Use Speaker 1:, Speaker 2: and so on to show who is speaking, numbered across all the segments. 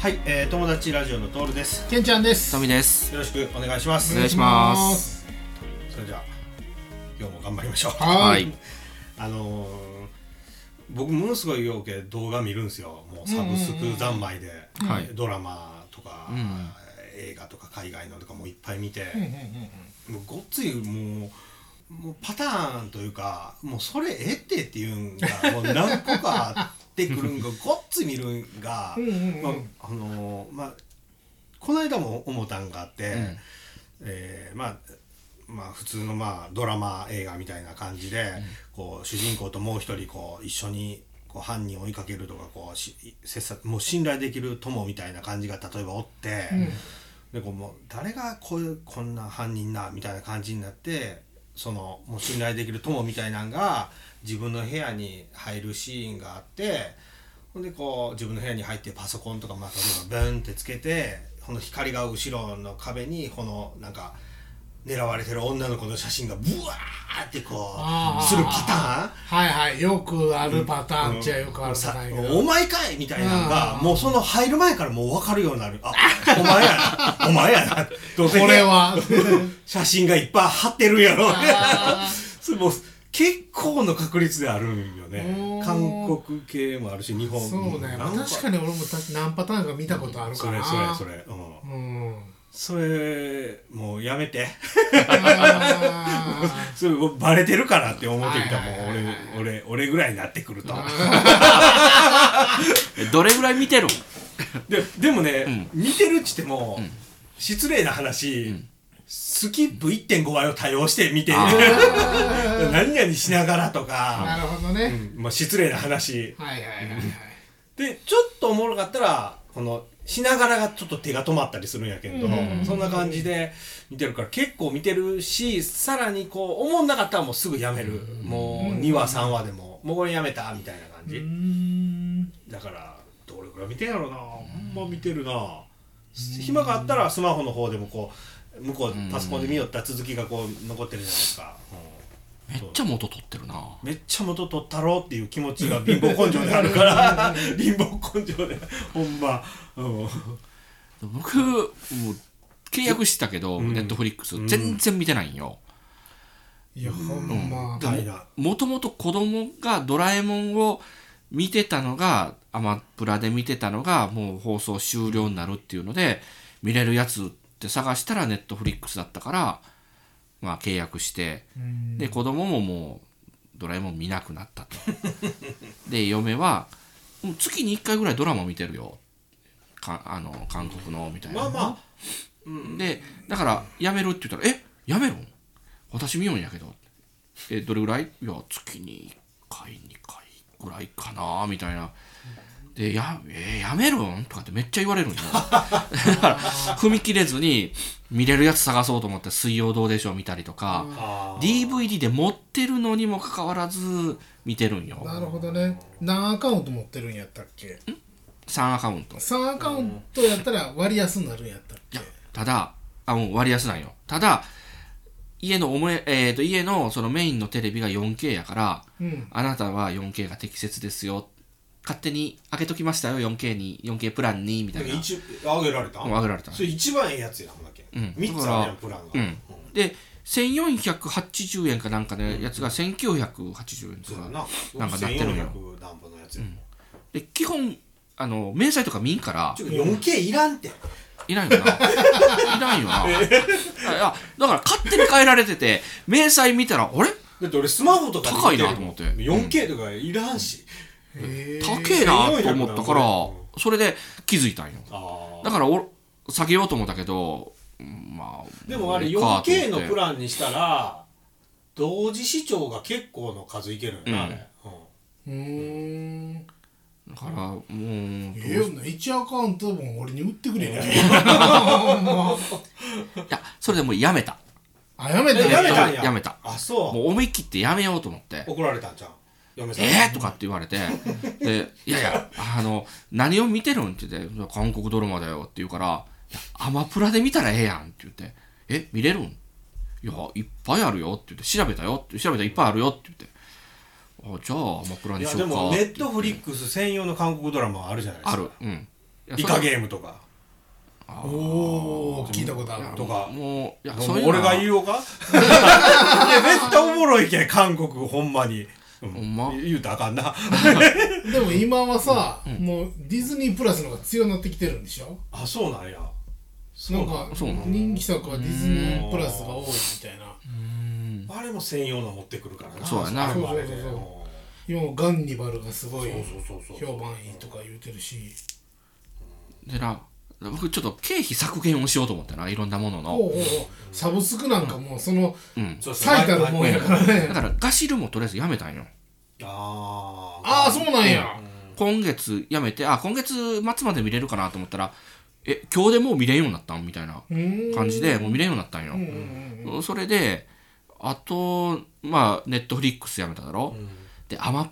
Speaker 1: はい、えー、友達ラジオのトールです。
Speaker 2: けんちゃんです。
Speaker 3: トミです。
Speaker 1: よろしくお願いします。
Speaker 3: お願いします。
Speaker 1: それじゃあ今日も頑張りましょう。
Speaker 2: は
Speaker 3: はいい。。
Speaker 1: あのー、僕ものすごいようけ動画見るんですよ。もうサブスク三昧で、
Speaker 3: はい
Speaker 1: ドラマとか、
Speaker 3: うん
Speaker 1: 映画とか海外のとかもいっぱい見て、
Speaker 2: うんうんうん
Speaker 1: もうごっついもう。もうパターンというかもうそれええってっていうのがもう何個かあってくるんがごっつい見るんが、
Speaker 2: うんうんうん
Speaker 1: まああのーまあこの間も思ったんがあって、
Speaker 3: ん
Speaker 1: えーまあまあ普通のまあドラマ映画みたいな感じで、こう主人公ともう一人こう一緒にこう犯人を追いかけるとかこうし切磋もう信頼できる友みたいな感じが例えばおって、でこうもう誰がこうこんな犯人なみたいな感じになってそのもう信頼できる友みたいなんが自分の部屋に入るシーンがあってほんでこう自分の部屋に入ってパソコンとかまあ例えばブンってつけてこの光が後ろの壁にこのなんか狙われてる女の子の写真がブワーってこ
Speaker 2: あ
Speaker 1: う
Speaker 2: ー
Speaker 1: するパ
Speaker 2: はいはい。よくあるパタ
Speaker 1: ターン
Speaker 2: ーンっちゃよくあるパターンやけ
Speaker 1: さお
Speaker 2: ど。
Speaker 1: 前かいみたいなのが
Speaker 2: うん
Speaker 1: もうその入る前からもう分かるようになるあお前や なお前やなどうせ
Speaker 2: これは。
Speaker 1: 写真がいっぱい貼ってるやろ
Speaker 2: あ
Speaker 1: それもう結構の確率であるんよね
Speaker 2: おー
Speaker 1: 韓国系もあるし日本
Speaker 2: そうね。
Speaker 1: なん
Speaker 2: 確かに俺もた何パターンか見たことある
Speaker 1: そ
Speaker 2: か
Speaker 1: れ
Speaker 2: ら。
Speaker 1: それそ。れ、うん、
Speaker 2: うん。
Speaker 1: それもうやめ て
Speaker 2: あ
Speaker 1: それもうバレてるからって思ってきたも
Speaker 2: はいはいはいは
Speaker 1: ん俺俺俺ぐらいになってくると
Speaker 3: えどれぐらい見てるん？
Speaker 1: ででもね、似てるっちっても、失礼な話、スキップ1.5倍を多用して見てる
Speaker 3: あ
Speaker 1: 何々しながらと
Speaker 2: ーな
Speaker 1: か、
Speaker 2: るほど
Speaker 1: う
Speaker 2: ね。
Speaker 1: んまあ、失礼な話
Speaker 2: はいはいはいはい。
Speaker 1: でちょっとおもろかったらこのしながらがちょっと手が止まったりするんやけど、そんな感じで見てるから結構見てるしさらにこう思んなかったらもうすぐやめる、もう2話3話でももうこれやめたみたいな感じ、
Speaker 2: うん。
Speaker 1: だからどれくらい見てんやろなほんま見てるな暇があったらスマホの方でもこう向こうパソコンで見よった続きがこう残ってるじゃないですか、うん
Speaker 3: めっちゃ元取ってるな。
Speaker 1: めっちゃ元取ったろうっていう気持ちが貧乏根性であるから 貧乏根性でほんま、うん、
Speaker 3: 僕もう契約してたけど、
Speaker 1: ん
Speaker 3: ネットフリックス全然見てないんよ。
Speaker 2: いや、ほんま。
Speaker 1: 大な
Speaker 3: もともと子供がドラえもんを見てたのがアマプラで見てたのがもう放送終了になるっていうので見れるやつって探したらネットフリックスだったからまあ契約して
Speaker 2: うん
Speaker 3: で子供ももうドラえもん見なくなった とで嫁は「もう月に1回ぐらいドラマ見てるよ」かあの韓国のみたいな、
Speaker 1: まあま
Speaker 3: でだからやめるって言ったら「えやめろ私見ようんやけど」えどれぐらいいや月に1回2回ぐらいかなみたいな。でやえやめるんとかってめっちゃ言わ れるんよだから踏み切れずに見れるやつ探そうと思って「水曜どうでしょう」見たりとか、
Speaker 1: ああー
Speaker 3: DVD で持ってるのにもかかわらず見てるんよ
Speaker 2: なるほどね。何アカウント持ってるんやったっけ
Speaker 3: 3アカウント
Speaker 2: ?3 アカウントやったら割安になるんやったっけ
Speaker 3: ただあもう割安なんよただ家のおもえ、えー、と家のそのメインのテレビが 4K やから
Speaker 2: うん。
Speaker 3: あなたは 4K が適切ですよ勝手に開けときましたよ 4K に 4K プランにみた
Speaker 1: で
Speaker 3: い
Speaker 1: も
Speaker 3: な
Speaker 1: 一あげられた、
Speaker 3: もう上げられた
Speaker 1: それ一番ええやつやほんだけ、
Speaker 3: うん
Speaker 1: 三3つあるやんプランが、
Speaker 3: うんで1480円かなんかのやつが1980円と
Speaker 1: そう
Speaker 3: か
Speaker 1: やな
Speaker 3: なんかなってるんよ
Speaker 1: 1400何本のやつやもん、
Speaker 3: で基本あの明細とか見んから
Speaker 1: ちょっと 4K いらんって
Speaker 3: いないよな。いないよな。あいや、だから勝手に変えられてて、明細見たら、あれ
Speaker 1: だって俺スマホとかで
Speaker 3: 高いな
Speaker 1: 見るもん
Speaker 3: と思って
Speaker 1: 4K とかいらんし、
Speaker 2: へー
Speaker 3: 高えなと思ったから
Speaker 1: 1400、
Speaker 3: それで気づいたんよ。
Speaker 1: あ
Speaker 3: だからお、下げようと思ったけど、うんまあ、
Speaker 1: でもあれ
Speaker 3: いいかと思って
Speaker 1: 4K のプランにしたら同時視聴が結構の数いけるよな、あれ、
Speaker 2: うーん。
Speaker 3: だから、もう、
Speaker 2: ええよな1アカウントも俺に売ってくれりゃいい
Speaker 3: いや、それでもうやめた。
Speaker 2: あやめた
Speaker 1: えやめたんや
Speaker 3: やめた
Speaker 1: あそう
Speaker 3: もう思い切ってやめようと思って。
Speaker 1: 怒られたんじゃん嫁さん
Speaker 3: えー、とかって言われてで「いやいやあの何を見てるん?」って言っていや「韓国ドラマだよ」って言うからいや「アマプラで見たらええやん」って言って「え見れるん?」「いやいっぱいあるよ」って言って「調べたよ」って調べたらいっぱいあるよって言って「あじゃあアマプラ
Speaker 1: い
Speaker 3: に
Speaker 1: や
Speaker 3: し
Speaker 1: で
Speaker 3: ようか」
Speaker 1: もネットフリックス専用の韓国ドラマはあるじゃないです
Speaker 3: あ
Speaker 1: か
Speaker 3: るうんや
Speaker 1: イカゲームとか
Speaker 2: おお聞いたことある
Speaker 1: とか
Speaker 3: もういや
Speaker 1: も
Speaker 3: そう
Speaker 1: う
Speaker 3: いうの
Speaker 1: 俺
Speaker 3: は
Speaker 1: が言おう かいや絶対おもろいけん韓国ほんまに、うん
Speaker 3: ほんま
Speaker 1: 言うたらあかんな
Speaker 2: でも今はさ、もうディズニープラスの方が強くなってきてるんでしょ
Speaker 1: あそうなんや
Speaker 2: な
Speaker 1: なんん
Speaker 2: か
Speaker 3: そうなの
Speaker 2: 人気作はディズニープラスが多いみたいな
Speaker 3: うん
Speaker 1: あれも専用の持ってくるからな
Speaker 3: そうやな
Speaker 1: あれもあれで
Speaker 2: そうそう
Speaker 1: う
Speaker 2: そうん今もガンニバルがすごい
Speaker 1: そうそうそう
Speaker 2: 評判いいとか言うてるし
Speaker 3: でな僕ちょっと経費削減をしようと思ってないろんなもの
Speaker 2: おうお
Speaker 3: の
Speaker 2: うおうサブスクなんかもうその
Speaker 3: うん
Speaker 1: そうそう
Speaker 2: 最たるもんやからね
Speaker 3: だからガシルもとりあえずやめたんよ
Speaker 1: あー
Speaker 2: ああそうなんや
Speaker 3: 今月やめてあ今月末まで見れるかなと思ったらえ今日でもう見れんようになったんみたいな
Speaker 2: うーん
Speaker 3: 感じでもう見れんようになったんよ
Speaker 2: うんうんうん
Speaker 3: それであとまあネットフリックスやめただろ、
Speaker 1: ん
Speaker 3: でアマ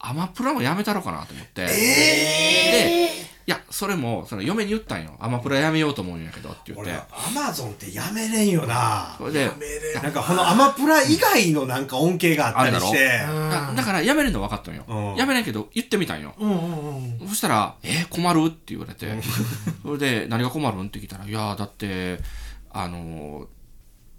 Speaker 3: アマプラもやめたろかなと思って、でいやそれもその嫁に言ったんよアマプラやめようと思うんやけどって言って
Speaker 1: 俺アマゾンってやめれんよな
Speaker 3: それで
Speaker 1: なんかこのアマプラ以外のなんか恩恵があったりして
Speaker 2: あ
Speaker 3: だ
Speaker 2: ー
Speaker 3: だからやめるの分かったんよ、
Speaker 1: うん
Speaker 3: やめないけど言ってみたんよ、
Speaker 2: うんうんうん
Speaker 3: そしたら「えー困る?」って言わ れてそれで「何が困るん?」って聞いたら「いやーだってあのー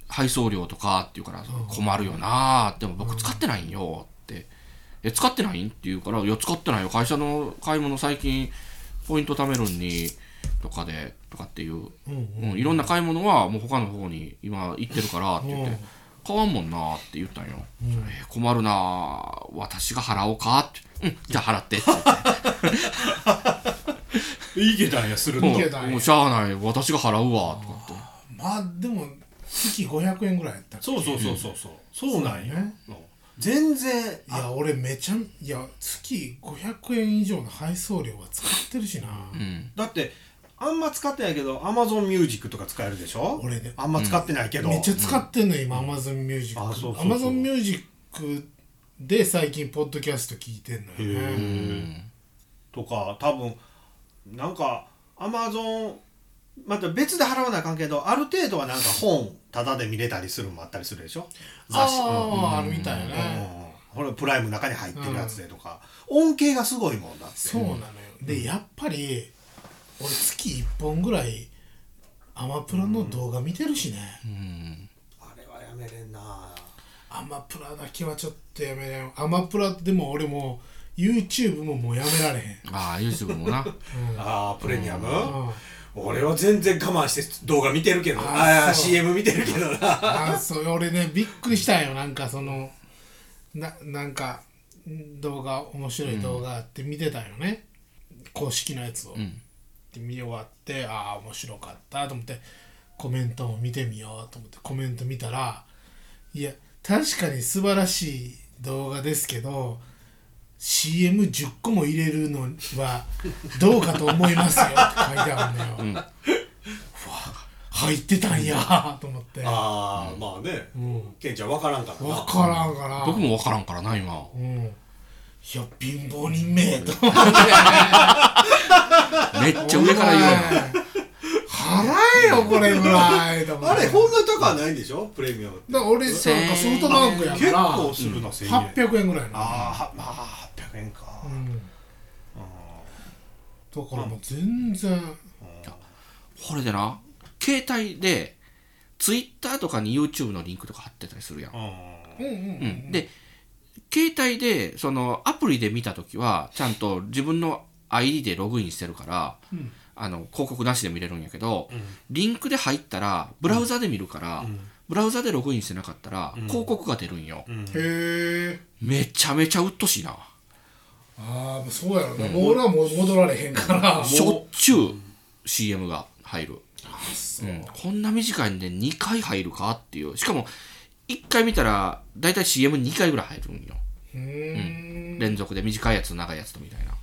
Speaker 3: 配送料とか」って言うから「困るよなーでも僕使ってないんよ」って「え使ってないん?」って言うから「いや使ってないよ会社の買い物最近ポイント貯めるんに」とかでとかっていう、
Speaker 2: うんうん
Speaker 3: うん、いろんな買い物はもう他の方に今行ってるからって言って
Speaker 2: うん
Speaker 3: 「買わんもんな」って言ったんよ「えー困るなー私が払おうか」って「うんじゃあ払って」って言って。
Speaker 1: いけたんやする
Speaker 3: も
Speaker 1: の
Speaker 2: けたん
Speaker 3: う
Speaker 2: や
Speaker 3: もうしゃあない私が払うわとかって
Speaker 2: まあでも月500円ぐらいやったっけ
Speaker 1: そうそうそうそうそうそうなんや
Speaker 2: そうね
Speaker 1: うん全然
Speaker 2: いや俺めちゃいや月500円以上の配送料は使ってるしな、
Speaker 3: うん
Speaker 1: だってあんま使ってないけどアマゾンミュージックとか使えるでしょ
Speaker 2: 俺ね
Speaker 1: あんま使ってないけど
Speaker 2: めっちゃ使ってんのよ今 AmazonMusic
Speaker 1: あそうそうそう
Speaker 2: AmazonMusic で最近ポッドキャスト聞いてんのよ
Speaker 1: へ
Speaker 2: ね
Speaker 1: ーとか多分なんかアマゾンまた別で払わなあかんけどある程度はなんか本タダで見れたりするのもあったりするでしょ雑誌
Speaker 2: あああるみたいね
Speaker 1: うん、これプライムの中に入ってるやつでとか、恩恵がすごいもんだって
Speaker 2: そうなのよでやっぱり俺月1本ぐらいアマプラの動画見てるしね
Speaker 3: うん
Speaker 1: あれはやめれんな
Speaker 2: アマプラだけはちょっとやめれんアマプラでも俺も YouTube ももうやめられへん
Speaker 3: ああ YouTube も な
Speaker 1: あープレミアム、
Speaker 2: うん
Speaker 1: 俺は全然我慢して動画見てるけどあ
Speaker 2: あ
Speaker 1: あー
Speaker 2: そう
Speaker 1: CM 見てるけどな
Speaker 2: あそう俺ねびっくりしたんよなんかそのななんかん動画面白い動画あって見てたんよね、公式のやつを、
Speaker 3: ん
Speaker 2: で見終わってああ面白かったと思ってコメントも見てみようと思ってコメント見たらいや確かに素晴らしい動画ですけど CM10 個も入れるのはどうかと思いますよって書いてあるのよ、うわ入ってたんやと思って
Speaker 1: ああ、まあね、ケンちゃん分からんからな
Speaker 2: わからんから
Speaker 3: 僕も分からんからな今
Speaker 2: うんいや貧乏人めえと
Speaker 3: め っちゃ上から言うよ
Speaker 2: 払えよこれぐらいと 思
Speaker 1: あ
Speaker 2: って
Speaker 1: れこんな高ないんでしょプレミアムって
Speaker 2: だから俺さなんかソフトバンクや
Speaker 1: 結
Speaker 2: から
Speaker 1: 構するな1000円
Speaker 2: 800円ぐらいな
Speaker 1: ああまあ800円か、
Speaker 2: うんだからもう全然
Speaker 3: これでな携帯で Twitter とかに YouTube のリンクとか貼ってたりするやん、
Speaker 1: うん
Speaker 2: うんうんう
Speaker 3: うんん、で携帯でそのアプリで見た時はちゃんと自分の ID でログインしてるから、
Speaker 2: うん
Speaker 3: あの広告なしで見れるんやけど、リンクで入ったらブラウザで見るから、ブラウザでログインしてなかったら、広告が出るんよ、
Speaker 2: へえ
Speaker 3: めちゃめちゃうっとしいな
Speaker 2: ああそうやろなもう俺はもう戻られへんから
Speaker 3: しょっちゅう CM が入る、
Speaker 2: そう
Speaker 3: うんこんな短いんで2回入るかっていうしかも1回見たら大体 CM2 回ぐらい入るんよ
Speaker 2: うーん
Speaker 3: 連続で短いやつと長いやつとみたいな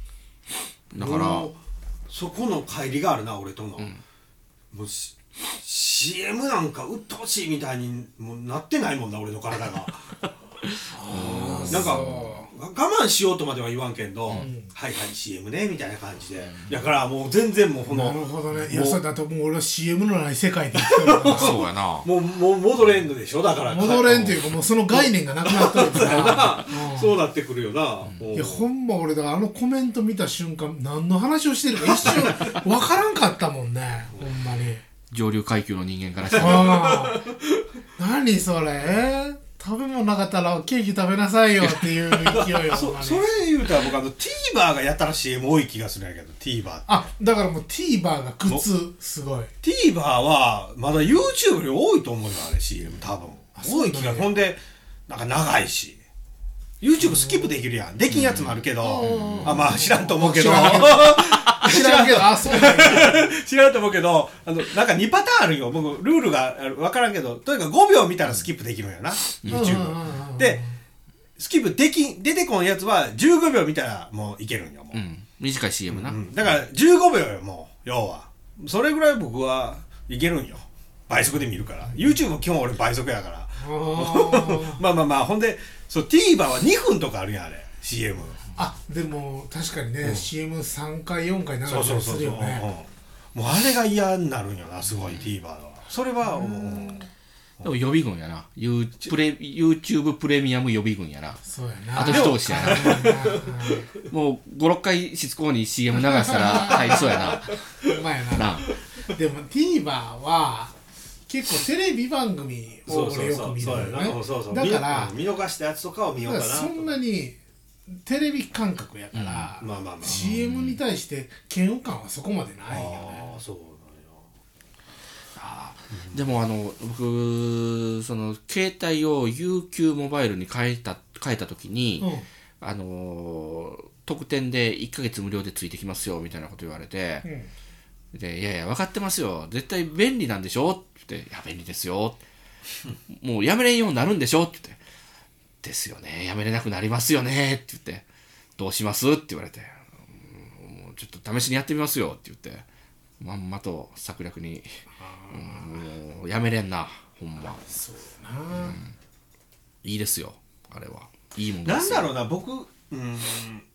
Speaker 3: だか
Speaker 1: も
Speaker 3: ら
Speaker 1: うそこの乖離があるな俺との、もうし CM なんかうっとうしい みたいにもうなってないもんな俺の体がなんか
Speaker 2: そ
Speaker 1: 我慢しようとまでは言わんけんど、はいはい CM ねみたいな感じで、だからもう全然もうこの
Speaker 2: なるほどねい
Speaker 1: も
Speaker 2: や
Speaker 1: う
Speaker 2: そうだともう俺は CM のない世界で生きてるから
Speaker 3: そうやな
Speaker 1: もうもう戻れんのでしょだから
Speaker 2: 戻れんというかもうその概念がなくなってるから
Speaker 1: そうなってくるよな、もう
Speaker 2: いやほんま俺だからあのコメント見た瞬間何の話をしてるか一瞬分からんかったもんねほんまに
Speaker 3: 上流階級の人間からしても
Speaker 2: ああ何それえー食べ物なかったらケーキ食べなさいよっていう勢い よほんま
Speaker 1: そ
Speaker 2: に
Speaker 1: それ言うたら僕あの TVer がやたら CM 多い気がするんやけど TVer って
Speaker 2: あだからもう TVer が靴すごい
Speaker 1: TVer はまだ YouTube より多いと思うよあれ CM 多分
Speaker 2: そう
Speaker 1: 多
Speaker 2: な
Speaker 1: い
Speaker 2: んや
Speaker 1: 気がほんでなんか長いし YouTube スキップできるやんできんやつもあるけどあまあ知らんと思うけど
Speaker 2: 知らんけど知らんけどあそうなんや
Speaker 1: 知らんと思うけどあのなんか2パターンあるよ僕ルールがある分からんけどとにかく5秒見たらスキップできるんやな YouTube
Speaker 2: うんうんうんうん
Speaker 1: でスキップできん出てこんやつは15秒見たらもういけるんよもう
Speaker 3: うん短い CM な、
Speaker 1: うんだから15秒よもう要はそれぐらい僕はいけるんよ倍速で見るから YouTube も基本俺倍速やから
Speaker 2: あ
Speaker 1: まあまあまあほんでそう TVer は2分とかあるやんあれ CM
Speaker 2: ああでも確かにね、CM3 回4回流れ
Speaker 1: そう
Speaker 2: た
Speaker 1: そう
Speaker 2: り
Speaker 1: そうそ
Speaker 2: する
Speaker 1: う、
Speaker 2: よ
Speaker 1: うん
Speaker 2: ね
Speaker 1: もうあれが嫌になるんよなすごい TVer はそれはもう、うん
Speaker 3: でも予備軍やな You- プレ YouTube プレミアム予備軍やな
Speaker 2: そうやな
Speaker 3: あと一押しやなもう56回しつこに CM 流したら入りそうやな
Speaker 2: ほんまや な
Speaker 3: な
Speaker 2: でも TVer は結構テレビ番組を俺よく見る
Speaker 1: そう
Speaker 2: の
Speaker 1: や
Speaker 2: よ
Speaker 1: なうんそうそう
Speaker 2: ねだから
Speaker 1: 見見逃したやつとかを見よ
Speaker 2: だ
Speaker 1: う
Speaker 2: か
Speaker 1: からなと
Speaker 2: そんなにテレビ感覚やから、
Speaker 1: まあまあまあ
Speaker 2: CM に対して嫌悪感はそこまでないよね
Speaker 1: ああそう
Speaker 3: でもあの僕その携帯を UQ モバイルに変えた変えた時に、
Speaker 2: うん
Speaker 3: あのー特典で1ヶ月無料でついてきますよみたいなこと言われて、
Speaker 2: うん
Speaker 3: で「いやいや分かってますよ絶対便利なんでしょ?」って言って「いや便利ですよ」 もうやめれんようになるんでしょ?」って言って「ですよねやめれなくなりますよね」って言って「どうします?」って言われて「うんもうちょっと試しにやってみますよ」って言ってまんまと策略に「うんもうやめれんなほんま
Speaker 2: そうやな、
Speaker 3: いいですよあれはいいもん
Speaker 1: な
Speaker 3: で
Speaker 1: ん
Speaker 3: す
Speaker 1: だ
Speaker 3: よ
Speaker 1: ろうな僕うん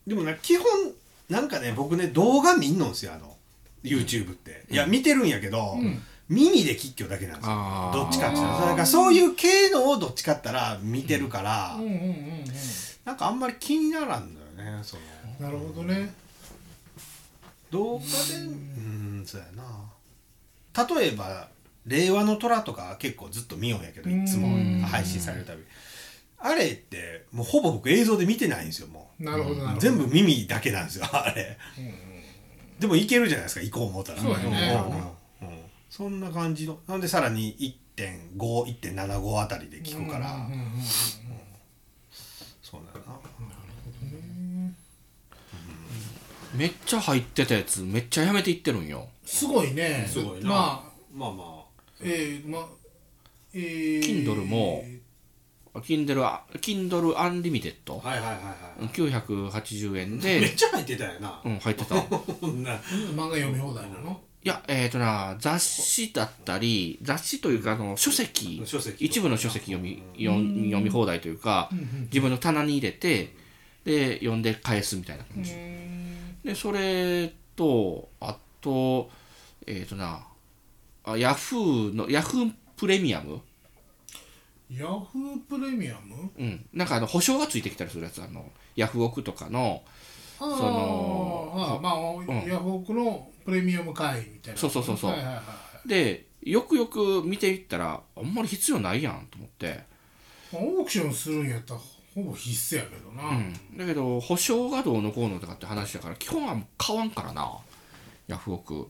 Speaker 1: でもね基本なんかね僕ね動画見んのんすよあの YouTube って、いや見てるんやけど、耳で喫挙だけなんですよ
Speaker 3: あー
Speaker 1: どっちかっていうとだからそういう系のをどっちかって言ったら見てるから、
Speaker 2: うん、うんうんうん
Speaker 1: なんかあんまり気にならんのよねその
Speaker 2: なるほどね
Speaker 1: 動画でうんそうやな例えば「令和の虎」とか結構ずっと見ようんやけどいつ
Speaker 2: うん
Speaker 1: も配信されるたびあれってもうほぼ僕映像で見てないんですよもう。
Speaker 2: なるほどなるほど
Speaker 1: 全部耳だけなんですよ あれ、でもいけるじゃないですか行こう思ったら
Speaker 2: そうやね
Speaker 1: うんうんうんそんな感じのなんでさらに1.51.75あたりで聞くから、
Speaker 2: うんうんうん
Speaker 1: そうなんだな
Speaker 3: めっちゃ入ってたやつめっちゃやめていってるんよ
Speaker 2: すごいね
Speaker 1: すごいな
Speaker 2: まあ
Speaker 1: まあま
Speaker 2: えー、まあえー、
Speaker 3: Kindle も Kindle Kindle Unlimited、
Speaker 1: あはいはいはいはい、
Speaker 3: 980円
Speaker 1: めっ
Speaker 3: で、
Speaker 1: ちゃ入ってたよな、
Speaker 3: うん、入って た。い
Speaker 1: こんな
Speaker 2: 漫画読み放題なの
Speaker 3: や、えっ、とな、雑誌だったり、雑誌というか、あの、書籍、
Speaker 1: 書籍
Speaker 3: 一部の書籍読み、読み読み放題というか、自分の棚に入れて、で、読んで返すみたいな感じ。で、それと、あと、えっ、とな、あヤフーの、ヤフープレミアム
Speaker 2: ヤフープレミアム
Speaker 3: うん。なんか、あの、保証がついてきたりするやつ、あの、ヤフオクとかの、
Speaker 2: そ
Speaker 3: の
Speaker 2: あーまあ、ヤフオクのプレミアム会みたいな
Speaker 3: そうそうそうそう
Speaker 2: はいはいはい
Speaker 3: で、よくよく見ていったら、あんまり必要ないやんと思って。
Speaker 2: まあオークションするんやったらほぼ必須やけどな、
Speaker 3: うんだけど保証がどうのこうのとかって話だから基本はもう買わんからなヤフオク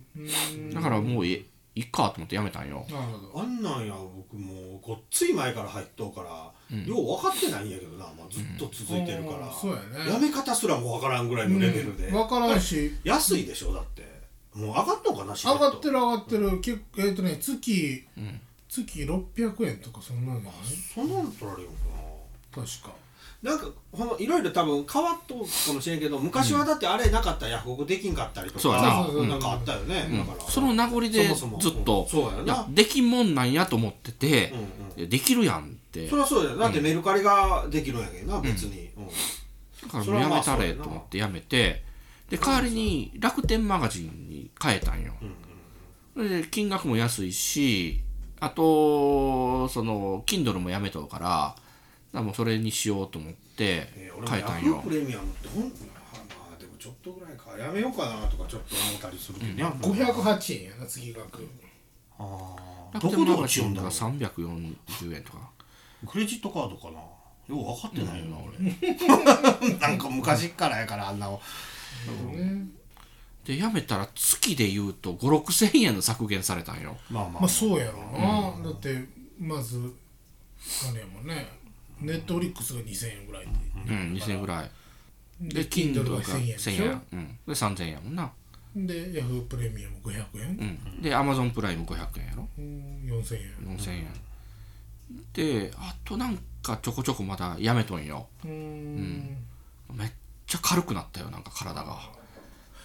Speaker 3: だからもういいっかと思ってやめたんよ
Speaker 2: なるほど
Speaker 1: あんなんや僕もうごっつい前から入っとうから、よう分かってないんやけどな、まあ、ずっと続いてるから、
Speaker 2: うんそうやね
Speaker 1: やめ方すらも分からんぐらいのレベルで、
Speaker 2: 分からんし
Speaker 1: 安いでしょだってもう上がったのかな
Speaker 2: 上がって
Speaker 1: る
Speaker 2: る上がってる結構えっ、とね月、月600円とかそんなんじゃない
Speaker 1: そんなの取られるのか
Speaker 2: 確か
Speaker 1: ななんかこのいろいろ多分変わっとうかもしれんけど昔はだってあれなかったらヤフオクできんかったりと
Speaker 3: そうや
Speaker 1: か
Speaker 3: な
Speaker 1: そうなんかあったよね、だから
Speaker 3: その名残でず
Speaker 1: そ
Speaker 3: っ
Speaker 1: も
Speaker 3: と
Speaker 1: そもうんそうやない
Speaker 3: やできんもんなんやと思ってて
Speaker 1: うんうん、
Speaker 3: いやできるやんって
Speaker 1: そりゃそうだよだってメルカリができるんやけどな別に、うん
Speaker 3: だから
Speaker 1: そ
Speaker 3: も
Speaker 1: れは
Speaker 3: うや
Speaker 1: まあ
Speaker 3: めた
Speaker 1: そう
Speaker 3: れ
Speaker 1: やな
Speaker 3: と思ってやめてで代わりに楽天マガジンに変えたんよ、それで金額も安いしあとその Kindle もやめとうからだからもうそれにしようと思って
Speaker 1: えー俺も
Speaker 3: 変え
Speaker 1: ヤ
Speaker 3: たん
Speaker 1: フ
Speaker 3: よ
Speaker 1: ープ、レミアムってほんまあでもちょっとぐらいかやめようかなとかちょっと思ったりするけどね、
Speaker 2: 五百八円やな次額
Speaker 1: あー
Speaker 3: 楽
Speaker 1: ど
Speaker 3: 天
Speaker 1: こ
Speaker 3: マ
Speaker 1: ど
Speaker 3: ガ
Speaker 1: こ
Speaker 3: ジ
Speaker 1: 違う
Speaker 3: ン
Speaker 1: んだ
Speaker 3: が
Speaker 1: ろう
Speaker 3: 340円とか
Speaker 1: クレジットカードかなよう分かってないよな、
Speaker 3: 俺
Speaker 1: 俺 なんか昔っからやからあんなの
Speaker 3: でやめたら月で言うと56000円の削減されたんよ
Speaker 1: まあまあ、
Speaker 2: まあそうやろな、だってまずあれやもんねネットフリックスが2000円ぐらいで
Speaker 3: うん2000円ぐらいで
Speaker 2: Kindle
Speaker 3: Kindle が
Speaker 2: が1000円でし
Speaker 3: 1000円うんで3000円やもんな
Speaker 2: でヤフープレミアム500
Speaker 3: う
Speaker 2: 円、
Speaker 3: んで Amazon プライム500円やろ
Speaker 2: うん、4000円
Speaker 3: 4000円であとなんかちょこちょこまだやめとんよ
Speaker 2: うーん
Speaker 3: めっちゃ軽くなったよなんか体が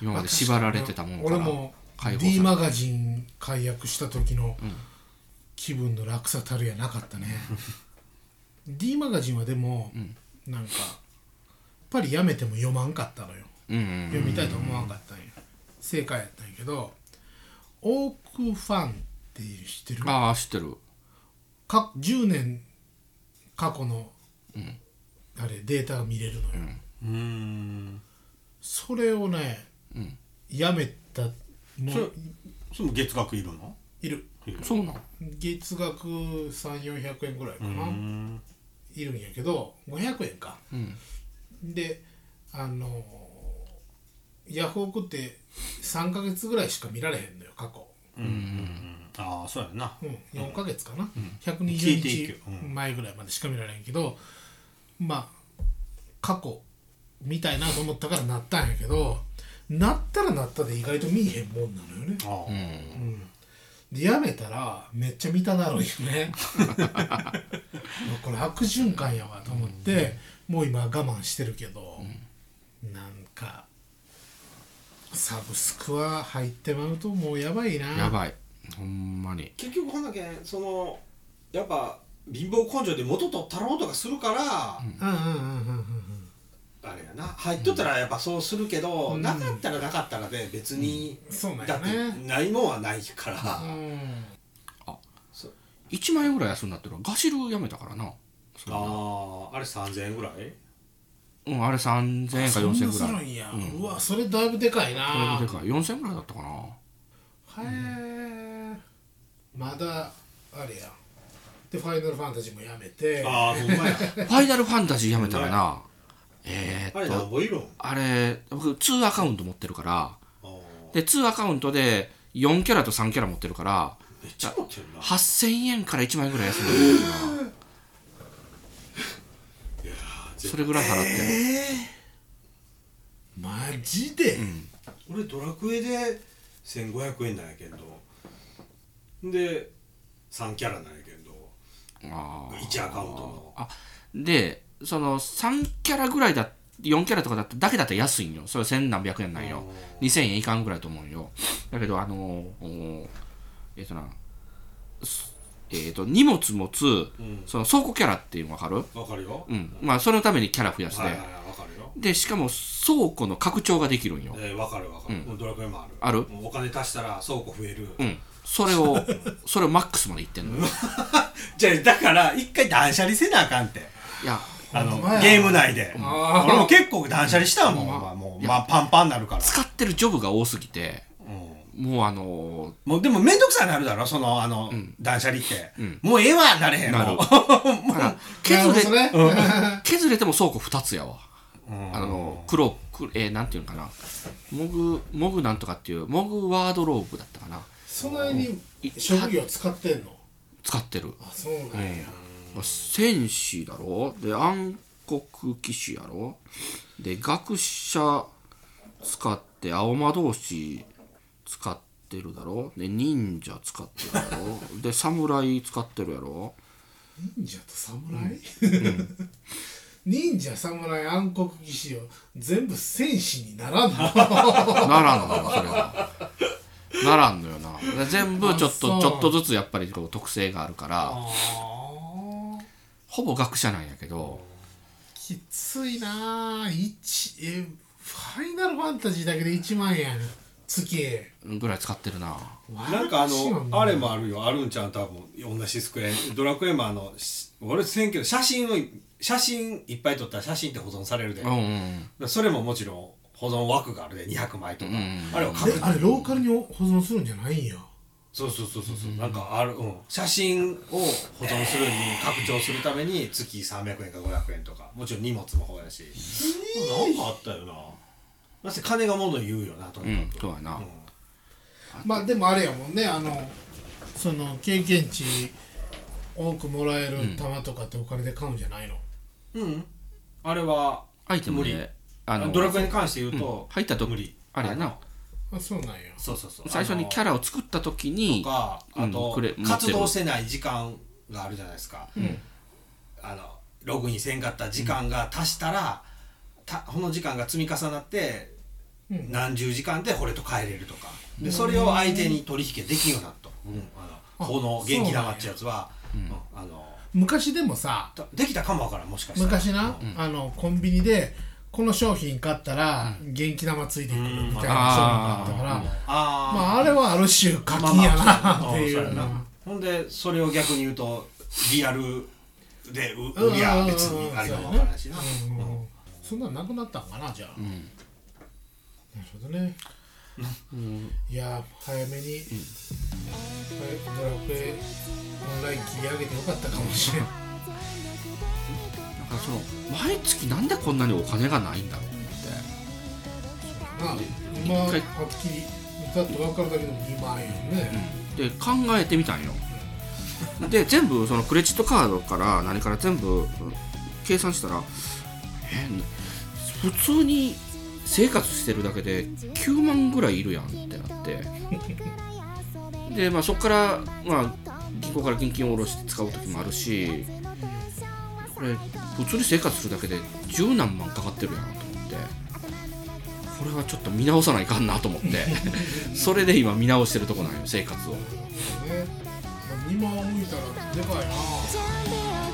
Speaker 3: 今まで縛られてたものから
Speaker 2: 俺も
Speaker 3: 解放され
Speaker 2: D マガジン解約した時の気分の落差たるやなかった ね D マガジンはでも、なんかやっぱりやめても読まんかったのよ
Speaker 3: うんうん
Speaker 2: 読みたいと思わんかったんや正解やったんやけどオークファンっていう知ってる
Speaker 3: ああ知ってる
Speaker 2: か10年過去の、あれデータが見れるのよ、
Speaker 1: うーん
Speaker 2: それをね、
Speaker 3: ん
Speaker 2: やめたも
Speaker 1: そうれそれも月額いるの
Speaker 2: いる
Speaker 3: そうなん
Speaker 2: 月額3400円ぐらいか
Speaker 1: う
Speaker 2: な、
Speaker 1: ん
Speaker 2: いるんやけど500円か
Speaker 3: うん
Speaker 2: であのーヤフオクって3ヶ月ぐらいしか見られへんのよ過去、
Speaker 1: ああそうやな
Speaker 2: うん、4ヶ月かな、
Speaker 1: 消えていく
Speaker 2: 120
Speaker 1: よ
Speaker 2: 日
Speaker 1: うん
Speaker 2: 前ぐらいまでしか見られへんけど、まあ過去見たいなと思ったからなったんやけどなったらなったで意外と見えへんもんなのよね
Speaker 1: ああ、
Speaker 2: でやめたらめっちゃ見たなるんよね これ悪循環やわと思って、もう今我慢してるけど、なんかサブスクは入ってまうともうやばいな
Speaker 3: やばいほんまに
Speaker 1: 結局ほんだけんそのやっぱ貧乏根性で元取ったろうとかするから、
Speaker 2: うんうんうんうんうん
Speaker 1: あれやな入っとったらやっぱそうするけど、
Speaker 2: うん
Speaker 1: なかったらなかったらで別に、
Speaker 2: うんそうなん
Speaker 1: だ
Speaker 2: や
Speaker 1: って
Speaker 2: ね
Speaker 1: ないもんはないから、
Speaker 2: うん
Speaker 3: 1万円ぐらい安になってるわガシルやめたからなそんな
Speaker 1: あああれ3000円ぐらい
Speaker 3: うんあれ3000円か
Speaker 2: そんな
Speaker 3: 4000円ぐ
Speaker 2: す
Speaker 3: ら
Speaker 2: る
Speaker 3: い
Speaker 2: んや、うわそれだいぶでかい
Speaker 3: これも
Speaker 2: な
Speaker 3: でかい4000円ぐらいだったかな
Speaker 2: へえまだあれやで「ファイナルファンタジー」もやめて
Speaker 1: ああほんま や
Speaker 3: ファイナルファンタジーやめたらな、え
Speaker 1: あ
Speaker 3: ー、
Speaker 1: れ
Speaker 3: っ
Speaker 1: なん
Speaker 3: と、
Speaker 1: ぼいるん
Speaker 3: あれ、僕、2アカウント持ってるから、
Speaker 1: あー
Speaker 3: で、2アカウントで4キャラと3キャラ持ってるから、
Speaker 1: めっちゃ持ってるな
Speaker 3: 8000円から1万円ぐらい安くなるかな。
Speaker 1: いやーぜ
Speaker 3: それぐらい払って。
Speaker 2: マジで、
Speaker 1: 俺ドラクエで1500円なんやけどで3キャラなんやけど
Speaker 3: あー
Speaker 1: 1アカウントの
Speaker 3: あで、その3キャラぐらいだ、4キャラとかだっただけだったら安いんよ。それ千何百円なんよ。2000円いかんぐらいと思うんよ。だけど、あのーえっ、とな、すえっ、と、荷物持つ、
Speaker 1: ん
Speaker 3: その倉庫キャラっていうの分かる
Speaker 1: わかるよ、
Speaker 3: うん、まあそれのためにキャラ増やして、
Speaker 1: はいはいはいわかるよ
Speaker 3: でしかも倉庫の拡張ができるんよ、
Speaker 1: えーわかるわかる、ドラクエもある
Speaker 3: ある
Speaker 1: もうお金足したら倉庫増える、
Speaker 3: うん、それを それをマックスまでいってんのよ
Speaker 1: じゃあだから一回断捨離せなあかんって
Speaker 3: いや
Speaker 1: あの
Speaker 2: ほんまや
Speaker 1: ゲーム内で
Speaker 2: あー
Speaker 1: 俺も結構断捨離したもん、まあ、もう、まあ、パンパンになるから、
Speaker 3: 使ってるジョブが多すぎて
Speaker 1: うん
Speaker 3: もうあの
Speaker 1: もうでも面倒くさになるだろそのあの、断捨離って、
Speaker 3: ん
Speaker 1: もうええわなれへん
Speaker 3: なる
Speaker 1: もう
Speaker 3: ーだから
Speaker 2: なるほ
Speaker 3: 削
Speaker 2: ど
Speaker 3: れ
Speaker 2: ね、
Speaker 3: 削れても倉庫2つやわ
Speaker 1: うん
Speaker 3: あの黒くえー、なんていうのかなモグモグなんとかっていうモグワードローブだったかな
Speaker 2: その間に職業使ってんの
Speaker 3: 使ってる
Speaker 2: あそうなんや、
Speaker 3: まあ戦士だろで暗黒騎士やろで学者使って青魔道士使ってるだろで忍者使ってるやろで侍使ってるやろ
Speaker 2: 忍者と侍、 忍者侍暗黒騎士を全部戦士にならんの
Speaker 3: ならんのよそれはならんのよなで全部ちょっ
Speaker 2: あそ
Speaker 3: と
Speaker 2: う
Speaker 3: ちょっとずつやっぱりこう特性があるからほぼ学者なんやけど
Speaker 2: きついなあ一えファイナルファンタジーだけで1万円月
Speaker 3: ぐらい使ってるな
Speaker 1: なんかあ
Speaker 2: わらしい
Speaker 1: の
Speaker 2: わ
Speaker 1: あれもあるよあるんちゃん多分同じスクエアドラクエもあのし俺せんけど写真を写真いっぱい撮ったら写真って保存されるで、
Speaker 3: うんうん
Speaker 1: それももちろん保存枠があるで200枚とか、
Speaker 3: うん
Speaker 1: あれは
Speaker 2: え
Speaker 1: 確
Speaker 2: あれローカルに保存するんじゃないんや
Speaker 1: そうそうそうそうそう、なんかある、うん、写真を保存するに拡張するために月300円か500円とかもちろん荷物もほうやし、なんかあったよなだって金が物言うよなと
Speaker 3: う
Speaker 1: に
Speaker 3: ん
Speaker 1: かく、
Speaker 3: そうやな
Speaker 2: まあでもあれやもんねあのその経験値多くもらえる玉とかってお金で買うんじゃないの、
Speaker 1: うん、うんあれは
Speaker 3: アイテム
Speaker 1: 無理
Speaker 3: であの
Speaker 1: ドラクエに関して言うと、
Speaker 3: 入ったと
Speaker 1: 無理
Speaker 3: あれやな
Speaker 2: あそうなんや
Speaker 1: そうそうそう
Speaker 3: 最初にキャラを作った時
Speaker 1: と
Speaker 3: に
Speaker 1: かあ
Speaker 3: うん
Speaker 1: と
Speaker 3: くれ持ってる
Speaker 1: 活動してない時間があるじゃないですか、
Speaker 2: ん
Speaker 1: あのログインせんかった時間が足したら、たこの時間が積み重なって
Speaker 2: うん
Speaker 1: 何十時間でこれと帰れるとかでそれを相手に取引できんようになった、うんあの
Speaker 2: あ
Speaker 1: この元気玉ってやつは、うんあの
Speaker 2: 昔でもさ
Speaker 1: たできたかもわからんもしかしたら
Speaker 2: 昔な、あのコンビニでこの商品買ったら元気玉ついてくるみたいな商品があったから、
Speaker 3: うん
Speaker 1: あー
Speaker 2: まああれはある種課
Speaker 1: まあ
Speaker 2: 金
Speaker 1: まあ
Speaker 2: やなっ
Speaker 1: そ
Speaker 2: て
Speaker 1: うそ
Speaker 2: い
Speaker 1: うや
Speaker 2: うな
Speaker 1: なほんでそれを逆に言うとリアルでう売り
Speaker 2: うんうん
Speaker 1: ゃ
Speaker 2: うん
Speaker 1: 別にあれかもわからんしな、
Speaker 2: うんうんうんそんなんなくなったんかなじゃあ、なるほどね、いやー早めに、はいドラクエオンライン切り上げてよかったかもしれん
Speaker 3: なんかその毎月なんでこんなにお金がないんだろうっ
Speaker 2: まあ今はっ
Speaker 3: 一回
Speaker 2: きりだって分かるだけでも2万円ね、
Speaker 3: てで考えてみたんよで全部そのクレジットカードから何から全部うん計算したらえ普通に生活してるだけで9万ぐらいいるやんってなってでまあそこからまあ銀行から現金を下ろして使う時もあるしこれ普通に生活するだけで十何万かかってるやんと思ってこれはちょっと見直さないかんなと思ってそれで今見直してるとこなんよ生活を
Speaker 2: ねまあ2万向いたらでかいな
Speaker 4: 準備を